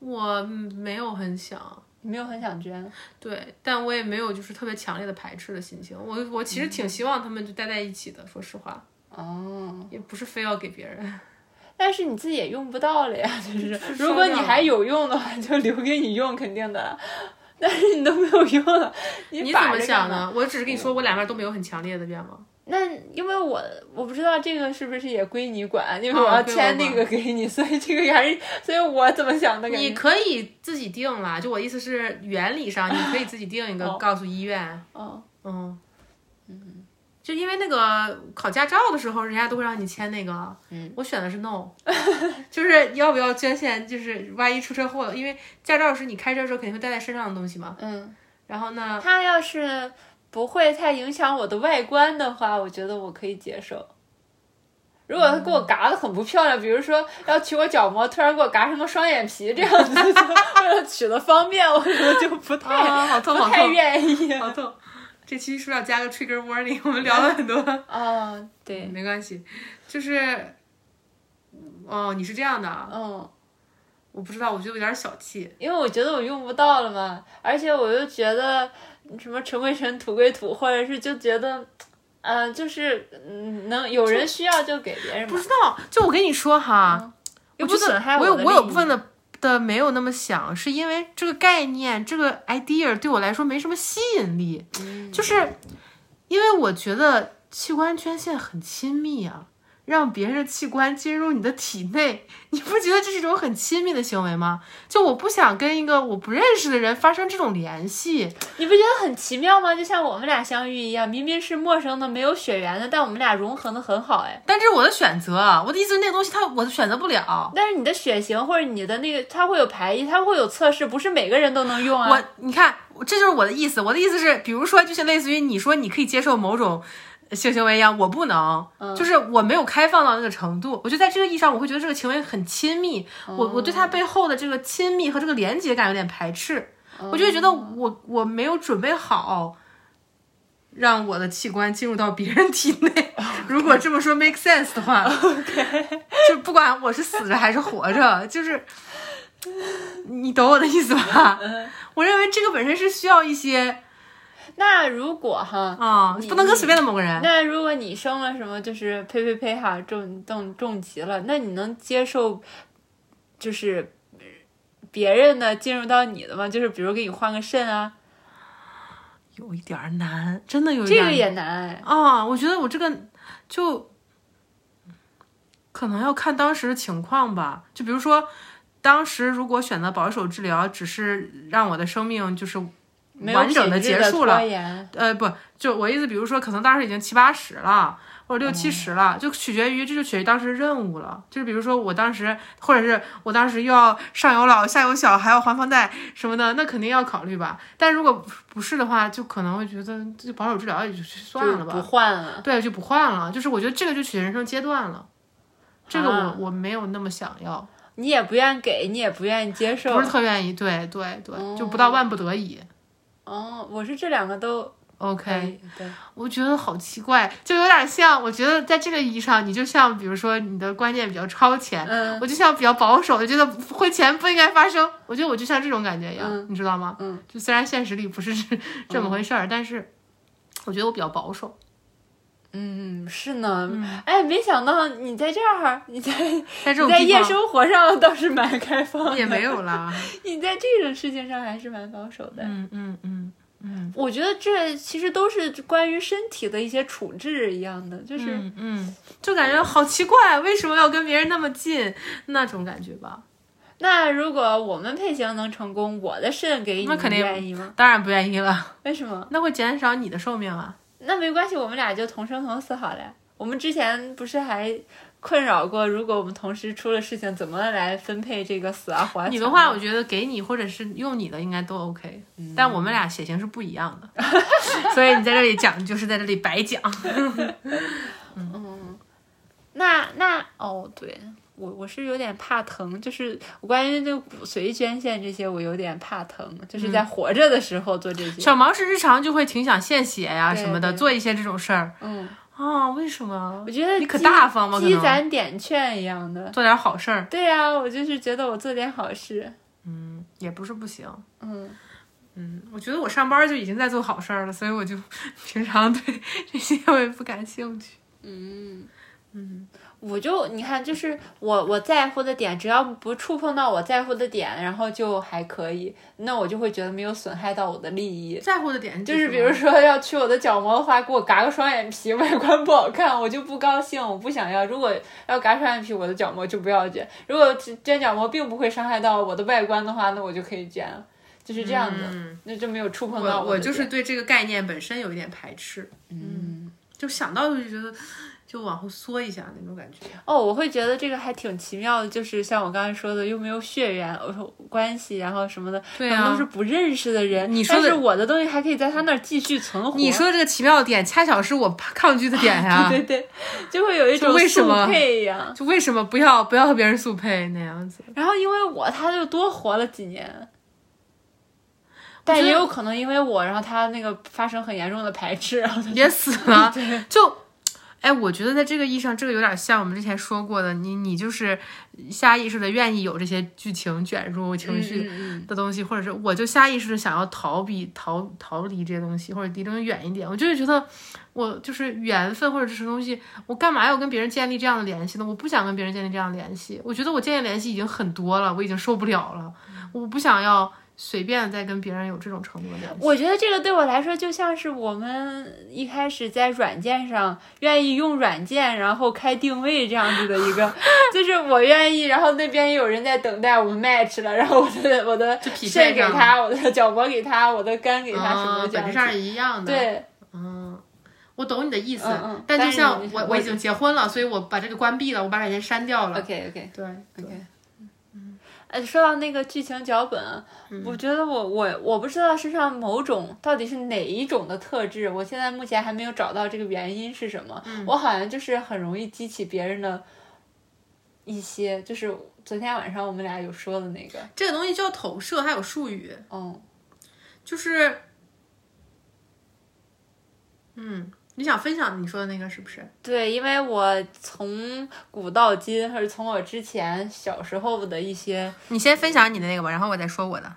我嗯没有很想。
没有很想捐。
对，但我也没有就是特别强烈的排斥的心情。我我其实挺希望他们就待在一起的，说实话，
哦，
也不是非要给别人。
但是你自己也用不到了呀， 就是
是
如果
烧
你
掉了
还有用的话，就留给你用，肯定的。 但是你都没有用了，你
你
你
怎么想？呢？我只是跟你说，我两边都没有很强烈的愿望。
那因为我我不知道这个是不是也归你管，因为我要
啊归我
签那个给你，所以这个还是所以我怎么想的感
你
觉。
可以自己定啦，就我意思是原理 上，你可以自己定一个，告诉医院。
哦，
嗯嗯，就因为那个考驾照的时候，人家都会让你签那个，
嗯，
我选的是 no，就是要不要捐献，就是万一出车祸了，因为驾照是你开车的时候肯定会带在身上的东西嘛。
嗯，
然后 呢，
他要是不会太影响我的外观的话，我觉得我可以接受。如果他给我
嗯
嘎的很不漂亮，比如说要取我角膜，突然给我嘎成个双眼皮这样 子，就为了取的方便，我可能就不太、
啊，好痛，
不
好
太
痛，
愿意。
好痛！这期是不是要加个 trigger warning？我们聊了很多，
啊，对，
没关系，就是，哦，你是这样的啊，
嗯。
我不知道，我觉得我有点小气，
因为我觉得我用不到了嘛，而且我又觉得什么尘归尘，土归土，或者是就觉得，呃，就是嗯，能有人需要就给别人
不
吧，
知道。就我跟你说哈，嗯我
又不
觉
损
得
害
我有
的
我有
利
部
益
分的的没有那么想，是因为这个概念这个 idea 对我来说没什么吸引力，就是因为我觉得器官捐献很亲密啊。让别人的器官进入你的体内， 你不觉得这是一种很亲密的行为吗？就我不想跟一个我不认识的人发生这种联系，
你不觉得很奇妙吗？就像我们俩相遇一样，明明是陌生的、没有血缘的，但我们俩融合的很好，哎。
但这是我的选择啊。我的意思是，那个东西它我选择不了。
但是你的血型或者你的那个，它会有排异，它会有测试，不是每个人都能用啊。
我你看，这就是我的意思。我的意思是，比如说，就是类似于你说你可以接受某种性行为一样，我不能，就是我没有开放到那个程度。我觉得在这个意义上，我会觉得这个行为很亲密，我我对它背后的这个亲密和这个连接感有点排斥，我就会觉得我我没有准备好。让我的器官进入到别人体内，如果这么说 make sense 的话 就不管我是死着还是活着，就是你懂我的意思吧？我认为这个本身是需要一些
那如果哈，
啊，
你
不能跟
你
随便的某个人。
那如果你生了什么，就是呸呸呸哈，重重重疾了，那你能接受，就是别人的进入到你的吗？就是比如给你换个肾啊，
有一点儿难，真的有一
这
点儿
个也难哎。
啊，我觉得我这个就可能要看当时的情况吧。就比如说，当时如果选择保守治疗，只是让我的生命就是
没有
完整地
品质
结束了
拖延
呃，不，就我意思，比如说，可能当时已经七八十了，或者六七十了，就取决于这就取决于当时任务了。就是比如说，我当时，或者是我当时又要上有老下有小，还要还房贷什么的，那肯定要考虑吧。但如果不是的话，就可能会觉得这保守治疗也就算
就
了
不
吧，
换了。
对，就不换了。就是我觉得这个就取决于人生阶段了。这个我、
啊
我没有那么想要，
你也不愿给，你也不愿意接受
不。是特愿意，对对对，就不到万不得已。
哦，我是这两个都
OK，
可以。对，
我觉得好奇怪，就有点像，我觉得在这个意义上，你就像比如说你的观念比较超前，
嗯
我就像比较保守，就觉得婚前不应该发生。我觉得我就像这种感觉一样，
嗯
你知道吗？
嗯，
就虽然现实里不是这么回事儿，但是我觉得我比较保守。
嗯，是呢。哎，没想到你在这儿，你在
在这
你
种
在
地
夜
方
生活上倒是蛮开放的，
也没有啦。
你在这种事情上还是蛮保守的。
嗯嗯嗯嗯，
我觉得这其实都是关于身体的一些处置一样的，就是、
嗯啊嗯，就感觉好奇怪，为什么要跟别人那么近那种感觉吧？
那如果我们配型能成功，我的肾给你，
那肯定
你愿意吗？
当然不愿意了，
为什么？
那会减少你的寿命啊。
那没关系，我们俩就同生同死好了。我们之前不是还困扰过，如果我们同时出了事情，怎么来分配这个死啊活啊？
你的话，我觉得给你或者是用你的应该都 OK，、但
嗯
我们俩血型是不一样的， 所以你在这里讲就是在这里白讲。
那那哦，对我我是有点怕疼，就是我关于这个骨髓捐献这些，我有点怕疼，就是
嗯
在活着的时候做这些。
小毛是日常就会挺想献血呀、
对
什么的，
对
做一些这种事儿
嗯，
啊、为什么
我？觉得
你可
积
大方吧可
积
能
攒点券一样的。
做点好事儿，
对呀、我就是觉得我做点好事。
嗯，也不是不行。
嗯，
嗯，我觉得我上班就已经在做好事儿了，所以我就 平常对这些我也不感兴趣。
嗯我就你看，就是我我在乎的点，只要不触碰到我在乎的点，然后就还可以，那我就会觉得没有损害到我的利益。
在乎的点
就
就是
比如说要去我的角膜的话，给我嘎个双眼皮，外观不好看，我就不高兴，我不想要。如果要嘎双眼皮，我的角膜就不要捐。如果只捐角膜并不会伤害到我的外观的话，那我就可以捐了，就是这样的，那就没有触碰到
嗯我
的
我就是
点
对这个概念本身有一点排斥，
嗯
就想到就觉得就往后缩一下那种感觉。
哦，我会觉得这个还挺奇妙的，就是像我刚才说的，又没有血缘我说关系，然后什么的，
对
然后
啊
都是不认识的人。
你说的
但是我的东西还可以在他那儿继续存活。
你说的这个奇妙的点，恰巧是我抗拒的点呀、
对对，就会有一种
为什
速
么
配一样。
就为什么不要不要和别人速配那样 子？
然后因为我，他就多活了几年。但
觉得
也有可能因为我，然后他那个发生很严重的排斥，然后他
也死了，就。哎，我觉得在这个意义上，这个有点像我们之前说过的，你你就是下意识的愿意有这些剧情卷入情绪
嗯
的东西，或者是我就下意识的想要逃避、逃逃离这些东西，或者离这种远一点。我就是觉得我就是缘分或者这种东西，我干嘛要跟别人建立这样的联系呢？我不想跟别人建立这样的联系，我觉得我建立联系已经很多了，我已经受不了了，
嗯
我不想要随便再跟别人有这种程度的联系。
我觉得这个对我来说就像是我们一开始在软件上愿意用软件，然后开定位这样子的一 个，就是我愿意，然后那边也有人在等待我们 match 了，然后我的我的
匹配
肾给
上了
他，我的角膜给他，我的肝给他什么
啊
的这
本质
样
上
子。
是一样的。
对，
嗯，我懂你的意思，
嗯嗯
但
但
就是像
你
我
我
我已经结婚了，所以我把这个关闭了，我把软件删掉了。
OK OK。
对对
OK 呃，说到那个剧情脚本，啊我觉得我我我不知道身上某种到底是哪一种的特质，我现在目前还没有找到这个原因是什么。我好像就是很容易激起别人的一些，就是昨天晚上我们俩有说的那个，
这个东西叫投射，还有术语，
嗯
就是，嗯，你想分享你说的那个是不是？
对，因为我从古到今，还是从我之前小时候的一些
你先分享你的那个吧，然后我再说我的。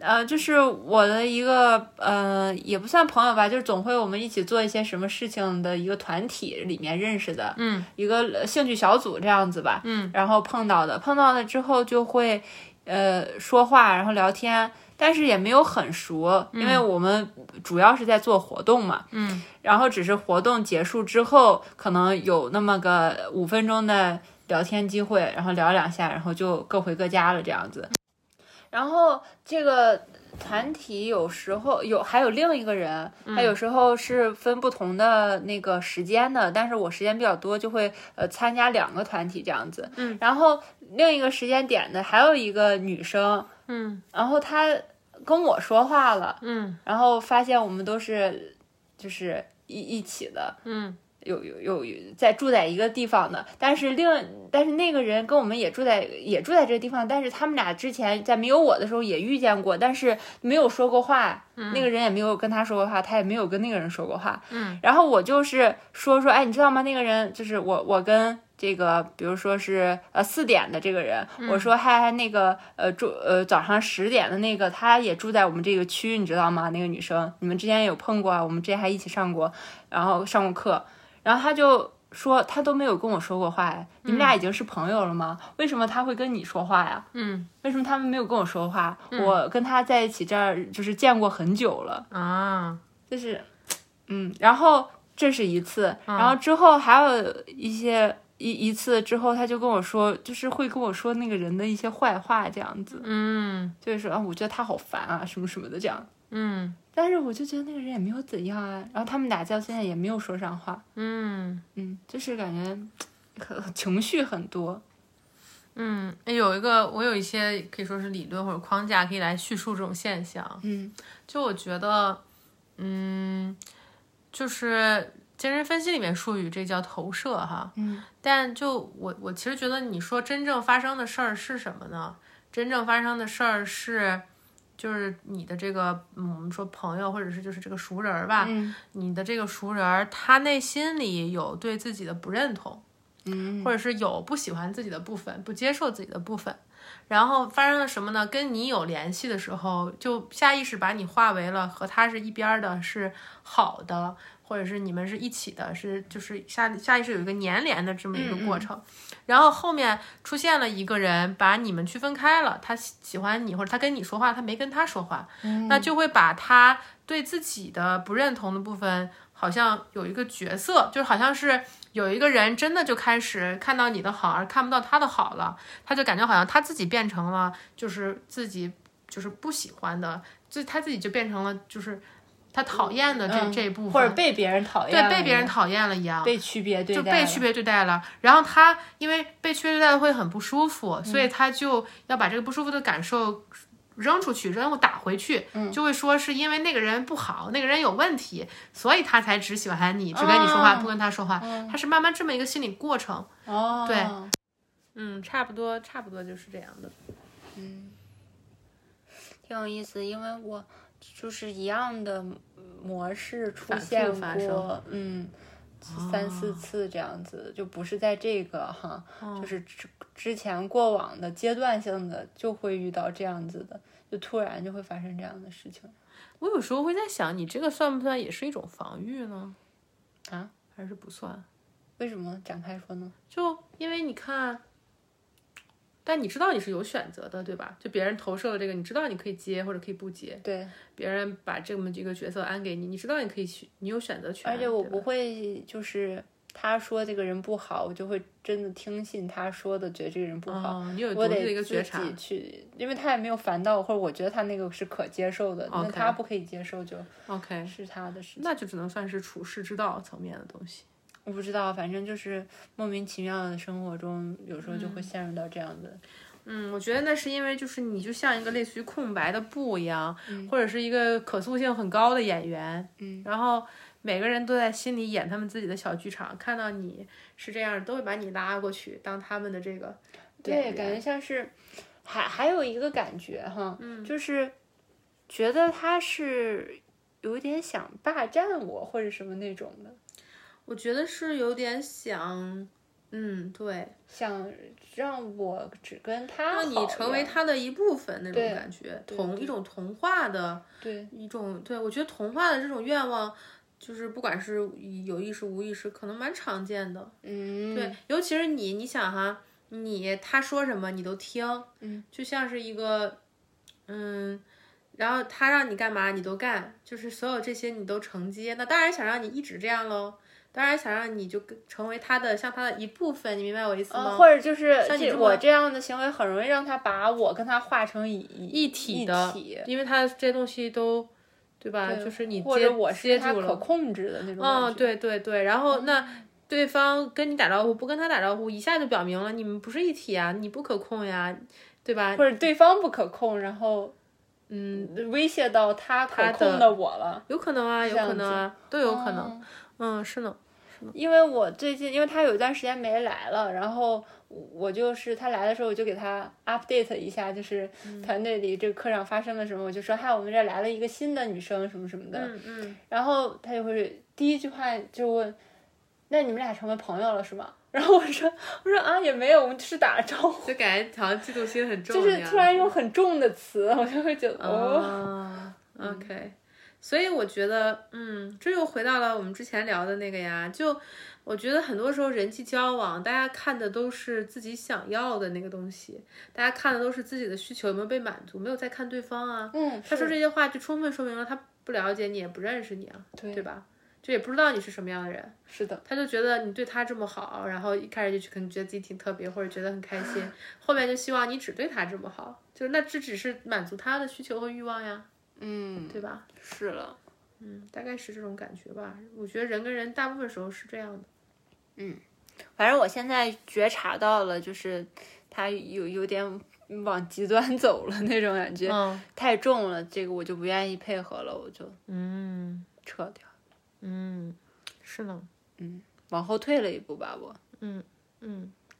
呃，就是我的一个呃，也不算朋友吧，就是总会我们一起做一些什么事情的一个团体里面认识的，嗯，一个呃兴趣小组这样子吧，嗯，然后碰到的，碰到了之后就会呃说话，然后聊天，但是也没有很熟，因为我们主要是在做活动嘛，嗯，然后只是活动结束之后，可能有那么个五分钟的聊天机会，然后聊两下，然后就各回各家了这样子。然后这个团体有时候有还有另一个人，他有时候是分不同的那个时间的，但是我时间比较多，就会呃参加两个团体这样子。嗯，然后另一个时间点的还有一个女生，
嗯
然后她跟我说话了，
嗯
然后发现我们都是就是一一起的，
嗯
有有有有在住在一个地方的，但是另但是那个人跟我们也住在也住在这个地方，但是他们俩之前在没有我的时候也遇见过，但是没有说过话，那个人也没有跟他说过话，他也没有跟那个人说过话，
嗯，
然后我就是说说，哎，你知道吗？那个人就是我，我跟。这个，比如说是呃四点的这个人，我说嗨嗨，那个呃住呃早上十点的那个，他也住在我们这个区，你知道吗？那个女生，你们之前有碰过啊？我们之前还一起上过，然后上过课，然后他就说他都没有跟我说过话呀，你们俩已经是朋友了吗？为什么他会跟你说话呀？
嗯
为什么他们没有跟我说话？我跟他在一起这儿就是见过很久了，
啊，
啊就是，嗯，然后这是一次，然后之后还有一些一一次之后，他就跟我说，就是会跟我说那个人的一些坏话这样子，
嗯
就是说啊，我觉得他好烦啊，什么什么的这样。
嗯
但是我就觉得那个人也没有怎样啊，然后他们打架现在也没有说上话，
嗯
嗯，就是感觉可 情绪很多，
嗯，有一个我有一些可以说是理论或者框架可以来叙述这种现象。
嗯
就我觉得，嗯，就是精神分析里面术语，这叫投射哈。
嗯，
但就我我其实觉得，你说真正发生的事儿是什么呢？真正发生的事儿是，就是你的这个，嗯，我们说朋友或者是就是这个熟人儿吧，
嗯
你的这个熟人儿，他内心里有对自己的不认同。
嗯
或者是有不喜欢自己的部分，不接受自己的部分，然后发生了什么呢？跟你有联系的时候，就下意识把你化为了和他是一边儿的，是好的，或者是你们是一起的，是就是下下意识有一个粘连的这么一个过程。然后后面出现了一个人把你们区分开了，他喜喜欢你，或者他跟你说话，他没跟他说话，那就会把他对自己的不认同的部分，好像有一个角色，就是好像是有一个人真的就开始看到你的好，而看不到他的好了，他就感觉好像他自己变成了就是自己就是不喜欢的，就他自己就变成了就是他讨厌的这、
嗯
这一部分，
或者被别人讨厌
对
了，
被别人讨厌了一样。
被区别对
就
待
被
了
区别对待了，然后他因为被区别对待会很不舒服，所以他就要把这个不舒服的感受扔出去，扔打回去，就会说是因为那个人不好，那个人有问题，所以他才只喜欢你，只跟你说话，不跟他说话，他是慢慢这么一个心理过程。
哦，
对嗯，差不多，差不多就是这样的。
挺有意思，因为我就是一样的模式出
反复
现
发
过
生，哦
嗯，三四次这样子，就不是在这个哈，就是之之前过往的阶段性的就会遇到这样子的，就突然就会发生这样的事情。
我有时候会在想，你这个算不算也是一种防御呢？
啊，
还是不算？
为什么展开说呢？
就因为你看，但你知道你是有选择的，对吧？就别人投射了这个，你知道你可以接或者可以不接，
对，
别人把这么一个角色安给你，你知道你可以去，你有选择权。
而且我
对吧
不会就是他说这个人不好，我就会真的听信他说的，觉得这个人不好。
哦，你有独
我
立
得
的一个
自
觉察
己。去，因为他也没有烦到我，或者我觉得他那个是可接受的那
OK
他不可以接受就
OK，
是他的事情。
那就只能算是处世之道层面的东西。
我不知道，反正就是莫名其妙的生活中，有时候就会陷入到这样的。
嗯，我觉得那是因为就是你就像一个类似于空白的布一样，
嗯
或者是一个可塑性很高的演员，嗯，然后每个人都在心里演他们自己的小剧场，看到你是这样，都会把你拉过去当他们的这个演
对，
员，
感觉像是，还还有一个感觉哈，
嗯
就是觉得他是有点想霸占我或者什么那种的，
我觉得是有点想，嗯，对，
想让我只跟他
让
好
你成
一
为
样
他的一部分那
对
种感觉，
对
同
对
一种同化的。
对
一种对我觉得童话的这种愿望，就是不管是有意识无意识，可能蛮常见的。
嗯
对，尤其是你，你想哈，你他说什么你都听，嗯，就像是一个，嗯，然后他让你干嘛你都干，就是所有这些你都承接，那当然想让你一直这样喽。当然想让你就跟成为他的，像他的一部分，你明白我意思
啊，
吗？
或者就是
像你
这
这么
我这样的行为很容易让他把我跟他化成一一
一体的，
一体
因为他这些东西都，对吧？就是你
或
接
者我是
接
他
住了
可，控制的那种
嗯，
感觉。
对对对，然后那对方跟你打招呼，不跟他打招呼，一下就表明了你们不是一体啊，你不可控呀，对吧？
或者对方不可控，然后
嗯，
威胁到他可
他的
控的我了。
有可能啊，有
这样哦
可能啊，都有可能。嗯，是呢。
因为我最近，因为他有一段时间没来了，然后我就是他来的时候，我就给他 update 一下，就是
嗯
团队里这个课上发生了什么，我就说嗨，我们这儿来了一个新的女生什么什么的，
嗯嗯，
然后他就会第一句话就问：“那你们俩成为朋友了是吗？” 然后我说：“我说啊，也没有，我们就是打招呼。
就感觉好像嫉妒心很”重
就
的样
是
子，
突然用很重的词，我就会觉得哦，
啊，OK，所以我觉得，嗯，这又回到了我们之前聊的那个呀，就我觉得很多时候人际交往，大家看的都是自己想要的那个东西，大家看的都是自己的需求有没有被满足，没有在看对方啊。
嗯，
他说
是
这些话就充分说明了他不了解你，也不认识你啊，
对
对吧？就也不知道你是什么样的人。
是的，
他就觉得你对他这么好，然后一开始就可能觉得自己挺特别，或者觉得很开 心，后面就希望你只对他这么好，就是那这只是满足他的需求和欲望呀，
嗯，
对吧？
是了，
嗯，大概是这种感觉吧。我觉得人跟人大部分时候是这样的。
反正我现在觉察到了，就是他有有点往极端走了那种感觉，
嗯
太重了，这个我就不愿意配合了，我就
嗯
撤掉，
嗯，是呢，
往后退了一步吧。我，
嗯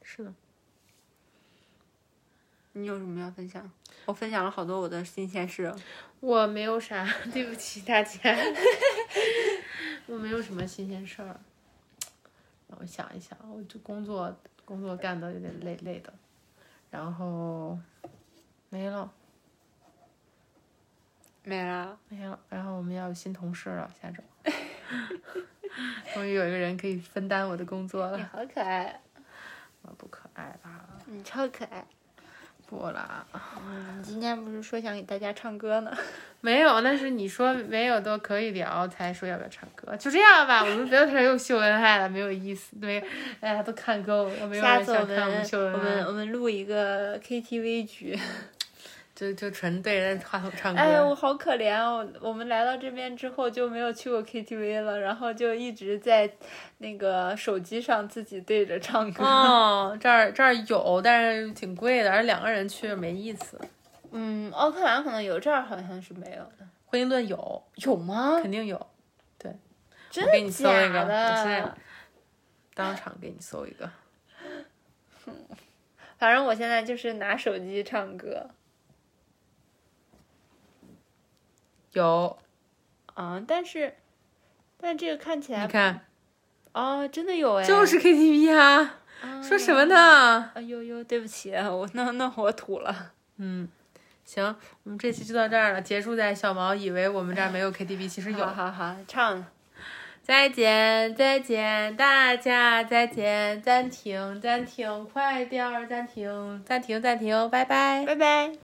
是呢。
你有什么要分享？我分享了好多我的新鲜事，哦
我没有啥， 对不起大家，我没有什么新鲜事儿。让我想一想，我就工作工作干的有点累累的，然后没了
没啦。
没了，然后我们要有新同事了，下周。 终于有一个人可以分担我的工作
你
了，
好可爱，
我不可爱啦，
你嗯超可爱。
不啦，
你嗯今天不是说想给大家唱歌呢？
没有，那是你说没有都可以聊，才说要不要唱歌，就这样吧。我们不要再用秀恩爱了，没有意思，没，哎呀，都看够了，没有
下
人
次我
想看
们啊
们秀
我
恩
们
爱，
我们录一个 KTV 局。
就就纯对着话筒唱歌。
哎呀，我好可怜哦！我们来到这边之后就没有去过 KTV 了，然后就一直在那个手机上自己对着唱歌。
哦，这儿这儿有，但是挺贵的，而两个人去没意思。
嗯，奥克兰可能有，这儿好像是没有的。
惠灵顿有，
有吗？
肯定有，
真
我给你
的
搜一个
假
我现在
的？
当场给你搜一个。
反正我现在就是拿手机唱歌。
有，
啊，但是，但这个看起来
你看，
哦，真的有哎，
就是 KTV 啊，
啊
说什么呢？
哎呦呦，对不起，啊我那那我土了。
嗯，行，我们这期就到这儿了，结束在小毛以为我们这儿没有 KTV，其实有
好。好好，唱。
再见，再见，大家再见，暂停，暂停，快点儿暂停，暂停，暂停，拜拜。
拜拜。